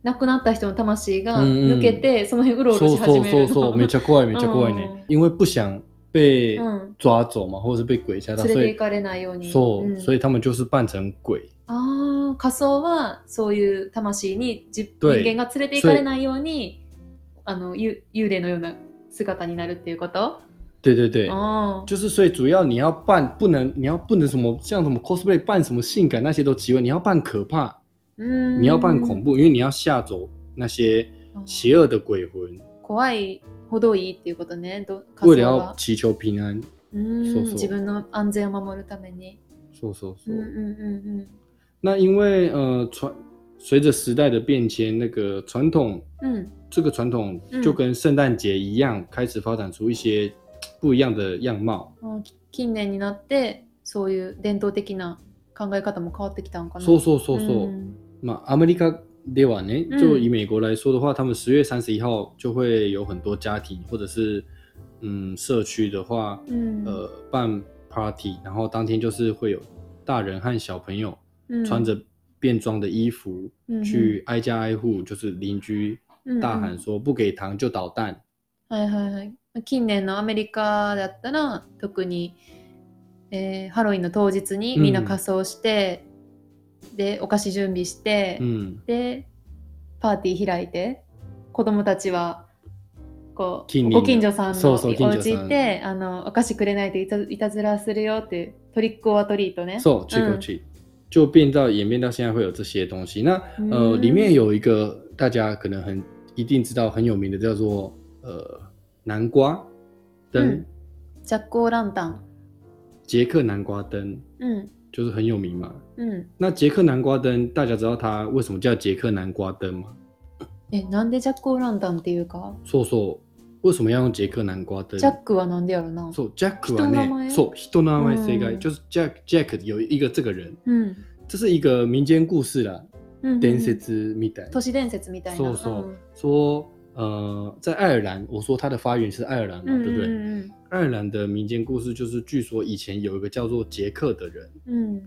[SPEAKER 1] 亡くなった人の魂が
[SPEAKER 2] うんうん
[SPEAKER 1] 抜けて、その辺うろうろ
[SPEAKER 2] そう
[SPEAKER 1] し
[SPEAKER 2] そ
[SPEAKER 1] 始
[SPEAKER 2] う
[SPEAKER 1] め
[SPEAKER 2] そ
[SPEAKER 1] るの
[SPEAKER 2] うそう、めちゃ怖いめちゃ怖いね
[SPEAKER 1] うん。
[SPEAKER 2] 因为不想被
[SPEAKER 1] うん、
[SPEAKER 2] 抓走嘛，或者是被鬼吓到，
[SPEAKER 1] 連れ
[SPEAKER 2] 所
[SPEAKER 1] て
[SPEAKER 2] 以
[SPEAKER 1] 行かれないように。
[SPEAKER 2] そう、
[SPEAKER 1] ん
[SPEAKER 2] 所以他们就是扮成鬼。
[SPEAKER 1] ああ、仮想はそういう魂にじ人
[SPEAKER 2] 对
[SPEAKER 1] 間が連れて行かれないようにあの幽幽霊のような姿になるっていうこと
[SPEAKER 2] 对对对。
[SPEAKER 1] あー
[SPEAKER 2] 就是，所以主要你要扮不能，你要不能什么像什么 cosplay 扮什么性感那些都奇怪，你要扮可怕，
[SPEAKER 1] うん
[SPEAKER 2] 你要扮恐怖，因为你要吓走那些邪恶的鬼魂，
[SPEAKER 1] 怖いほどいいっていうことね。ど
[SPEAKER 2] 为
[SPEAKER 1] 仮
[SPEAKER 2] 了
[SPEAKER 1] 想
[SPEAKER 2] 要
[SPEAKER 1] は
[SPEAKER 2] 祈求平安。
[SPEAKER 1] うん
[SPEAKER 2] そうそう
[SPEAKER 1] 自分の安全を守るために。
[SPEAKER 2] 说说
[SPEAKER 1] う
[SPEAKER 2] 说。
[SPEAKER 1] んうんうん
[SPEAKER 2] 那因为呃传随着时代的变迁，那个传统
[SPEAKER 1] うん。うん
[SPEAKER 2] 这个传统
[SPEAKER 1] 嗯
[SPEAKER 2] 就跟圣诞节一样，开始发展出一些不一样的样貌。
[SPEAKER 1] あー、き近年になってそういう伝統的な考え方も変わってきたのかな。
[SPEAKER 2] 说说说
[SPEAKER 1] う
[SPEAKER 2] 说，
[SPEAKER 1] ん
[SPEAKER 2] 那阿美利卡。列瓦呢？
[SPEAKER 1] 嗯
[SPEAKER 2] 就以美国来说的话，他们十月三十一号就会有很多家庭或者是嗯社区的话，
[SPEAKER 1] うん
[SPEAKER 2] 呃办 party，然后当天就是会有大人和小朋友
[SPEAKER 1] うん
[SPEAKER 2] 穿着便装的衣服、
[SPEAKER 1] 嗯
[SPEAKER 2] 去挨家挨户，就是邻居大
[SPEAKER 1] うんう
[SPEAKER 2] 喊
[SPEAKER 1] ん
[SPEAKER 2] 说不给糖就捣蛋。
[SPEAKER 1] はいはいはい。近年のアメリカだったら特に、えーハロウィンの当日にみんな仮装して、でお菓子準備して、
[SPEAKER 2] 嗯，
[SPEAKER 1] でパーティー開いて子供たちはこ
[SPEAKER 2] 近
[SPEAKER 1] う
[SPEAKER 2] 隣の
[SPEAKER 1] ご近所さん
[SPEAKER 2] そ
[SPEAKER 1] の
[SPEAKER 2] う
[SPEAKER 1] お
[SPEAKER 2] そう近所さん
[SPEAKER 1] 家行ってあのお菓子くれないといたいたずらするよっていうトリックオアトリートね。
[SPEAKER 2] so trick
[SPEAKER 1] 嗯
[SPEAKER 2] or treat、就变到演变到现在会有这些东西。那呃，
[SPEAKER 1] 嗯
[SPEAKER 2] 里面有一个大家可能很一定知道很有名的叫做呃南瓜灯
[SPEAKER 1] 嗯，ジャック・オー・ランタン。
[SPEAKER 2] 捷克南瓜灯
[SPEAKER 1] うん
[SPEAKER 2] 就是很有名嘛。
[SPEAKER 1] うん、
[SPEAKER 2] 那捷克南瓜灯，大家知道它为什么叫捷克南瓜灯吗？
[SPEAKER 1] えなんでジャック・オー・ランタンっていうか
[SPEAKER 2] そうそう。为什么要用捷克南瓜灯？
[SPEAKER 1] ジャックはなんでやろな。
[SPEAKER 2] そう、ジャック
[SPEAKER 1] 人
[SPEAKER 2] は
[SPEAKER 1] の名
[SPEAKER 2] ね、
[SPEAKER 1] 前
[SPEAKER 2] そう、人の名前正解、
[SPEAKER 1] うん
[SPEAKER 2] 就是 Jack Jack 有一个这个人，
[SPEAKER 1] うんうん
[SPEAKER 2] 这是一个民间故事啦，
[SPEAKER 1] うんう
[SPEAKER 2] *laughs*
[SPEAKER 1] ん
[SPEAKER 2] 伝説みたい。
[SPEAKER 1] 嗯都市伝説みたいな。
[SPEAKER 2] そうそう说呃，在爱尔兰，我说它的发源是爱尔兰嘛，
[SPEAKER 1] うん、
[SPEAKER 2] 对不
[SPEAKER 1] う
[SPEAKER 2] 对？
[SPEAKER 1] ん
[SPEAKER 2] 爱尔兰的民间故事就是，据说以前有一个叫做杰克的人，
[SPEAKER 1] うんうん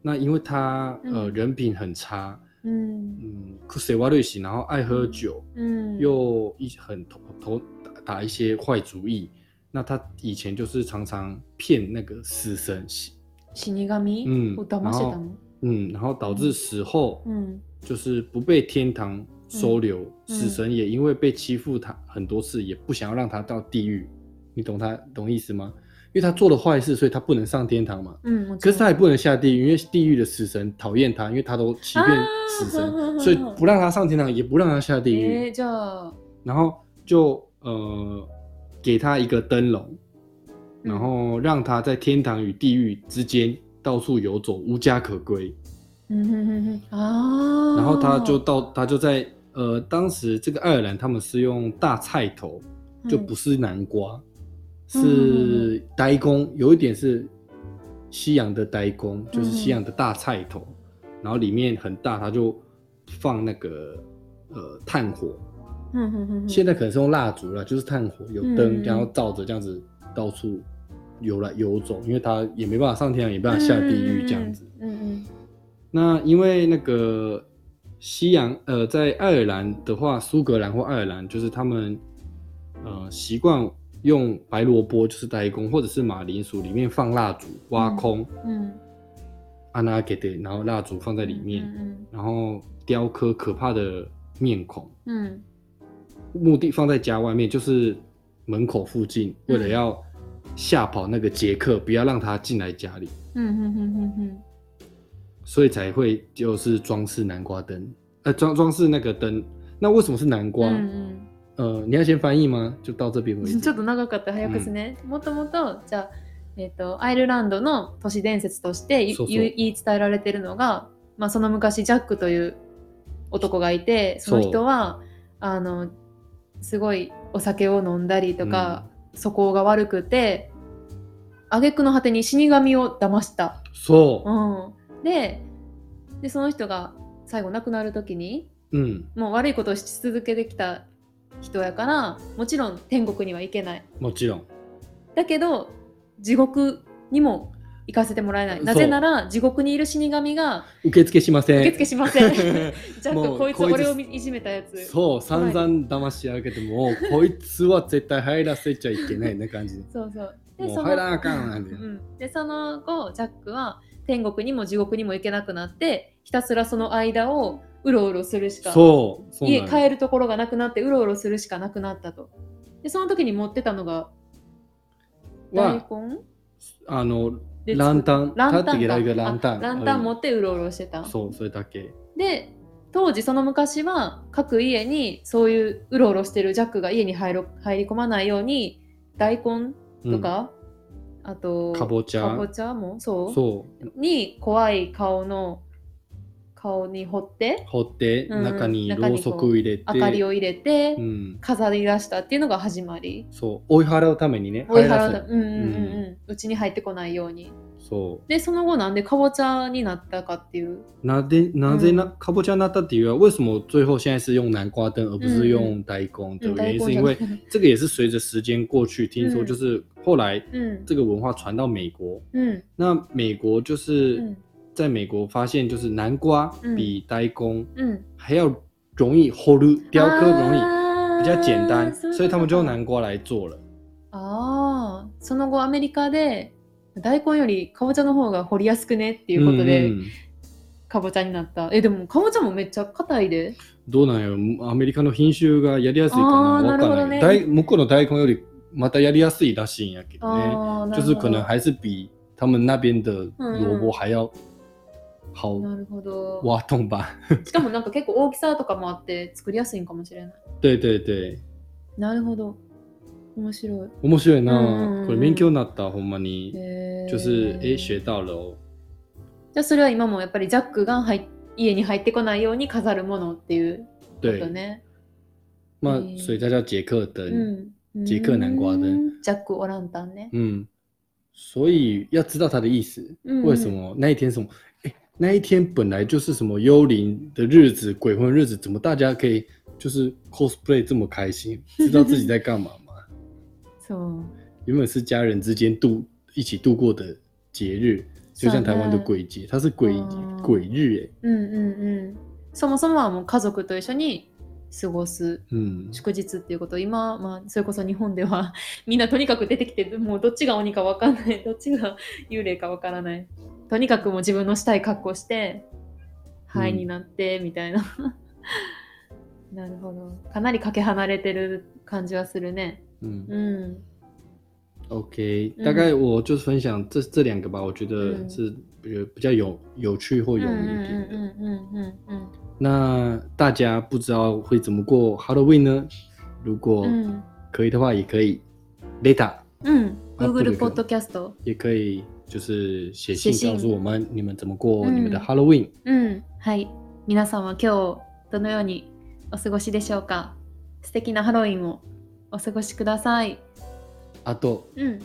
[SPEAKER 2] 那因为他呃
[SPEAKER 1] 嗯
[SPEAKER 2] 人品很差，
[SPEAKER 1] 嗯
[SPEAKER 2] 嗯，苦涩哇瑞喜，然后爱喝酒，
[SPEAKER 1] 嗯，
[SPEAKER 2] 又一很头头打打一些坏主意。那他以前就是常常骗那个死神，
[SPEAKER 1] 死神，
[SPEAKER 2] 嗯
[SPEAKER 1] 我騙してた
[SPEAKER 2] 然
[SPEAKER 1] の。
[SPEAKER 2] 嗯，然后导致死后
[SPEAKER 1] 嗯
[SPEAKER 2] 就是不被天堂收留，死神也因为被欺负他很多次，也不想要让他到地狱，你懂他懂意思吗？因为他做了坏事，所以他不能上天堂嘛。
[SPEAKER 1] 嗯，我知
[SPEAKER 2] 可是他
[SPEAKER 1] 道
[SPEAKER 2] 也不能下地狱，因为地狱的死神讨厌他，因为他都欺骗死神，
[SPEAKER 1] 啊
[SPEAKER 2] 所以不让他上天堂，也不让他下地狱。
[SPEAKER 1] えー、じゃあ、
[SPEAKER 2] 然后就呃给他一个灯笼，
[SPEAKER 1] 嗯
[SPEAKER 2] 然后让他在天堂与地狱之间到处游走，无家可归。
[SPEAKER 1] 嗯嗯嗯嗯啊，
[SPEAKER 2] 然后他就到，他就在呃，当时这个爱尔兰他们是用大菜头，就不是南瓜，
[SPEAKER 1] 嗯
[SPEAKER 2] 是呆公，有一点是西洋的呆公，就是
[SPEAKER 1] 嗯
[SPEAKER 2] 西洋的大菜头，然后里面很大，他就放那个呃炭火，
[SPEAKER 1] 嗯嗯嗯嗯嗯
[SPEAKER 2] 现在可能是用蜡烛了，就是炭火有
[SPEAKER 1] 嗯
[SPEAKER 2] 灯，然后照着这样子到处游来游走，因为他也没办法上天堂，啊也没办法下地狱这样子。，
[SPEAKER 1] 嗯嗯
[SPEAKER 2] 那因为那个西洋呃，在爱尔兰的话，苏格兰或爱尔兰，就是他们呃习惯用白萝卜，就是呆公或者是马铃薯里面放蜡烛，挖空
[SPEAKER 1] 嗯嗯，
[SPEAKER 2] 安娜给的，然后蜡烛放在里面，
[SPEAKER 1] 嗯
[SPEAKER 2] 然后雕刻可怕的面孔，
[SPEAKER 1] 嗯
[SPEAKER 2] 目的放在家外面，就是门口附近，
[SPEAKER 1] 嗯
[SPEAKER 2] 为了要吓跑那个杰克，不要让他进来家里，
[SPEAKER 1] 嗯嗯嗯嗯嗯
[SPEAKER 2] 所以才会就是装饰南瓜灯，呃，装装饰那个灯。那为什么是南瓜？
[SPEAKER 1] 嗯
[SPEAKER 2] 呃，你要先翻译吗？就到这边为
[SPEAKER 1] *laughs* うん、ち
[SPEAKER 2] 止
[SPEAKER 1] ょっ。と長かった早くですね、もともとじゃあ、えっとアイルランドの都市伝説としてゆ
[SPEAKER 2] そうそう
[SPEAKER 1] ゆ言い伝えられてるのが、まあ、その昔ジャックという男がいてその
[SPEAKER 2] そ
[SPEAKER 1] 人
[SPEAKER 2] う
[SPEAKER 1] はあのすごいお酒を飲んだりとか、素行が悪くて挙句の果てに死神を騙した
[SPEAKER 2] そ
[SPEAKER 1] うん、ででその人が最後亡くなる時に
[SPEAKER 2] う。うん。
[SPEAKER 1] もう悪いことをし続けてきた人やからもちろん天国には行けない
[SPEAKER 2] もちろん。
[SPEAKER 1] だけど地獄にも行かせてもらえない
[SPEAKER 2] そう
[SPEAKER 1] なぜなら地獄にいる死神が
[SPEAKER 2] 受付しません。
[SPEAKER 1] 受付しません *laughs* ジャッ
[SPEAKER 2] も
[SPEAKER 1] ク
[SPEAKER 2] う
[SPEAKER 1] こいつ
[SPEAKER 2] こいつ
[SPEAKER 1] 俺をいじめたやつそう
[SPEAKER 2] そう、散々騙し上げても、こいつは絶対入らせちゃいけないね感じで。
[SPEAKER 1] そうで
[SPEAKER 2] もう
[SPEAKER 1] その
[SPEAKER 2] 入らなあかんなんだ
[SPEAKER 1] う
[SPEAKER 2] よ
[SPEAKER 1] ん、でその後ジャックは天国にも地獄にも行けなくなってひたすらその間をうろうろするしか
[SPEAKER 2] そう。そう
[SPEAKER 1] 家
[SPEAKER 2] なの
[SPEAKER 1] 帰るところがなくなってうろうろするしかなくなったとでその時に持ってたのが大
[SPEAKER 2] は、
[SPEAKER 1] 根
[SPEAKER 2] あの、
[SPEAKER 1] で
[SPEAKER 2] ランタン。
[SPEAKER 1] ランタ
[SPEAKER 2] 立って
[SPEAKER 1] ン
[SPEAKER 2] いけ
[SPEAKER 1] か
[SPEAKER 2] ないけどランタ
[SPEAKER 1] あ
[SPEAKER 2] ン。
[SPEAKER 1] ランタン持ってうろうろしてた
[SPEAKER 2] そう、それだけ。
[SPEAKER 1] で当時その昔は各家にそういううろうろしてるジャックが家に入ろ入り込まないように大根
[SPEAKER 2] う
[SPEAKER 1] と
[SPEAKER 2] ん、
[SPEAKER 1] か、あと
[SPEAKER 2] かぼち
[SPEAKER 1] か
[SPEAKER 2] ゃ。
[SPEAKER 1] ぼちゃもそう
[SPEAKER 2] そう。
[SPEAKER 1] に怖い顔の顔に彫って
[SPEAKER 2] 掘って、
[SPEAKER 1] うん
[SPEAKER 2] 中に
[SPEAKER 1] 中
[SPEAKER 2] ろう
[SPEAKER 1] にこう
[SPEAKER 2] そく入れて、
[SPEAKER 1] 明かりを入れて
[SPEAKER 2] うん、
[SPEAKER 1] 飾り出したっていうのが始まり
[SPEAKER 2] そう、追い払うためにね、
[SPEAKER 1] 追い
[SPEAKER 2] 入
[SPEAKER 1] 払
[SPEAKER 2] らせ
[SPEAKER 1] う
[SPEAKER 2] な
[SPEAKER 1] た
[SPEAKER 2] い
[SPEAKER 1] うんうんうんうんうちに入ってこないように
[SPEAKER 2] そ
[SPEAKER 1] でその後なんでかぼちゃになったかっていう
[SPEAKER 2] う。なぜ、なぜな、
[SPEAKER 1] う
[SPEAKER 2] かぼちゃになったっていうのは、为什么最后现在是用南瓜灯而不是用大根的
[SPEAKER 1] うん嗯
[SPEAKER 2] 原
[SPEAKER 1] 大
[SPEAKER 2] 因，
[SPEAKER 1] 根
[SPEAKER 2] 是
[SPEAKER 1] じゃ
[SPEAKER 2] 因
[SPEAKER 1] な
[SPEAKER 2] 为
[SPEAKER 1] くて
[SPEAKER 2] 这个也是随着时间过去，听说就是后来
[SPEAKER 1] うん
[SPEAKER 2] 这个文化传到美国，
[SPEAKER 1] うん
[SPEAKER 2] 那美国就
[SPEAKER 1] う
[SPEAKER 2] 是
[SPEAKER 1] ん
[SPEAKER 2] 在美国发现，就是南瓜
[SPEAKER 1] 嗯
[SPEAKER 2] 比大根
[SPEAKER 1] うん
[SPEAKER 2] 还要容易厚入雕刻容易，
[SPEAKER 1] 易
[SPEAKER 2] 比较简单，所以他们就用
[SPEAKER 1] い
[SPEAKER 2] 南瓜来做了。
[SPEAKER 1] あーその後アメリカで大根よりかぼちゃの方が掘りやすくねっていうことで、
[SPEAKER 2] うん
[SPEAKER 1] かぼちゃになったえでもかぼちゃもめっちゃ硬いで
[SPEAKER 2] どうなんよアメリカの品種がやりやすいかな
[SPEAKER 1] あー
[SPEAKER 2] わか
[SPEAKER 1] なるほど
[SPEAKER 2] んな
[SPEAKER 1] ね
[SPEAKER 2] い大向こうの大根よりまたやりやすいらしいんやけどね
[SPEAKER 1] あー
[SPEAKER 2] 就是可
[SPEAKER 1] な
[SPEAKER 2] 能
[SPEAKER 1] る
[SPEAKER 2] 还是比他们那边的萝卜还要好
[SPEAKER 1] ほどなるほど
[SPEAKER 2] 挖洞吧
[SPEAKER 1] しかもなんか結構大きさとかもあって作りやすいんかもしれない
[SPEAKER 2] 对对对
[SPEAKER 1] なるほど面白い
[SPEAKER 2] 面白いな、
[SPEAKER 1] うん
[SPEAKER 2] これ勉強になったほんまに、
[SPEAKER 1] へー
[SPEAKER 2] 就是え学到了哦
[SPEAKER 1] じゃあそれは今もやっぱりジャックが入っ家に入ってこないように飾るものっていうこ
[SPEAKER 2] 对
[SPEAKER 1] とね。
[SPEAKER 2] まあ
[SPEAKER 1] へー
[SPEAKER 2] それ叫杰克
[SPEAKER 1] う
[SPEAKER 2] 灯
[SPEAKER 1] ん。うん
[SPEAKER 2] ジェク南瓜灯
[SPEAKER 1] ジャックオランタンね。
[SPEAKER 2] 嗯所以要知道它的意思
[SPEAKER 1] 嗯
[SPEAKER 2] 为什么那一天什么？哎，那一天本来就是什么幽灵的日子、鬼魂日子，怎么大家可以就是 cosplay 这么
[SPEAKER 1] *laughs*
[SPEAKER 2] 开心？知道自己在干嘛吗？
[SPEAKER 1] そう。
[SPEAKER 2] 原本是家人之间度一起度过的节日，就像台湾的鬼节，它是鬼
[SPEAKER 1] 嗯
[SPEAKER 2] 鬼日哎，
[SPEAKER 1] うんうんうんそもそもはもう家族と一緒に過ごす
[SPEAKER 2] 嗯，
[SPEAKER 1] 祝日っていうこと今、まあ、それこそ日本では *laughs* みんなとにかく出てきてもうどっちが鬼か分かんないどっちが幽霊か分からないとにかくもう自分のしたい格好して灰
[SPEAKER 2] うん
[SPEAKER 1] になってみたいな *laughs* なるほどかなりかけ離れてる感じはするね
[SPEAKER 2] 嗯
[SPEAKER 1] うん
[SPEAKER 2] ，OK，
[SPEAKER 1] 嗯
[SPEAKER 2] 大概我就是分享这这两个吧，我觉得
[SPEAKER 1] 嗯
[SPEAKER 2] 是比较比较有有趣或
[SPEAKER 1] うん
[SPEAKER 2] 有
[SPEAKER 1] うん
[SPEAKER 2] 名一点的。
[SPEAKER 1] うんうんうんうん
[SPEAKER 2] 那大家不知道会怎么过 Halloween 呢？如果
[SPEAKER 1] うん
[SPEAKER 2] 可以的话，也可以 later
[SPEAKER 1] うん
[SPEAKER 2] あとで
[SPEAKER 1] Google ポッドキャスト
[SPEAKER 2] 也可以就是写
[SPEAKER 1] 写
[SPEAKER 2] 信
[SPEAKER 1] 信
[SPEAKER 2] 告诉我们你们怎么过
[SPEAKER 1] 嗯
[SPEAKER 2] 你们的 Halloween。
[SPEAKER 1] うん、はい。皆さんは今日どのようにお過ごしでしょうか素敵なハロウィンをお過ごしください。
[SPEAKER 2] あと
[SPEAKER 1] うん、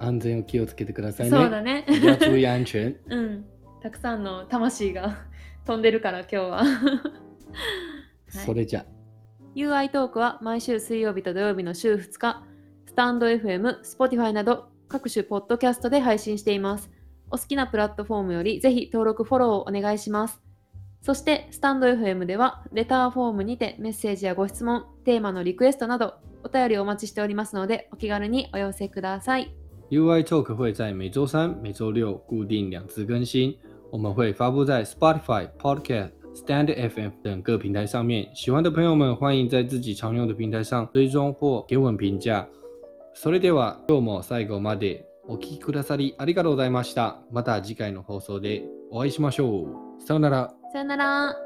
[SPEAKER 2] 安全を気をつけてくださ
[SPEAKER 1] そ
[SPEAKER 2] いうね。
[SPEAKER 1] だね。
[SPEAKER 2] 一定要注意安全。
[SPEAKER 1] *laughs* うん、たくさんの魂が *laughs* 飛んでるから今日は。
[SPEAKER 2] それじゃ。
[SPEAKER 1] UI トークは毎週水曜日と土曜日の週2日、スタンド FM、Spotify など各種ポッドキャストで配信しています。お好きなプラットフォームよりぜひ登録、フォローをお願いします。そして、スタンド FM ではレターフォームにてメッセージやご質問、テーマのリクエストなどお便りをお待ちしておりますのでお気軽にお寄せください。
[SPEAKER 2] UI Talk 会在每周三、每周六固定两次更新，我们会发布在 Spotify、Podcast、Stand FM 等各平台上面。喜欢的朋友们，欢迎在自己常用的平台上追踪或给我们评价。それでは今日も最後までお聞きくださりありがとうございました。また次回の放送でお会いしましょう。さようなら。
[SPEAKER 1] さよなら。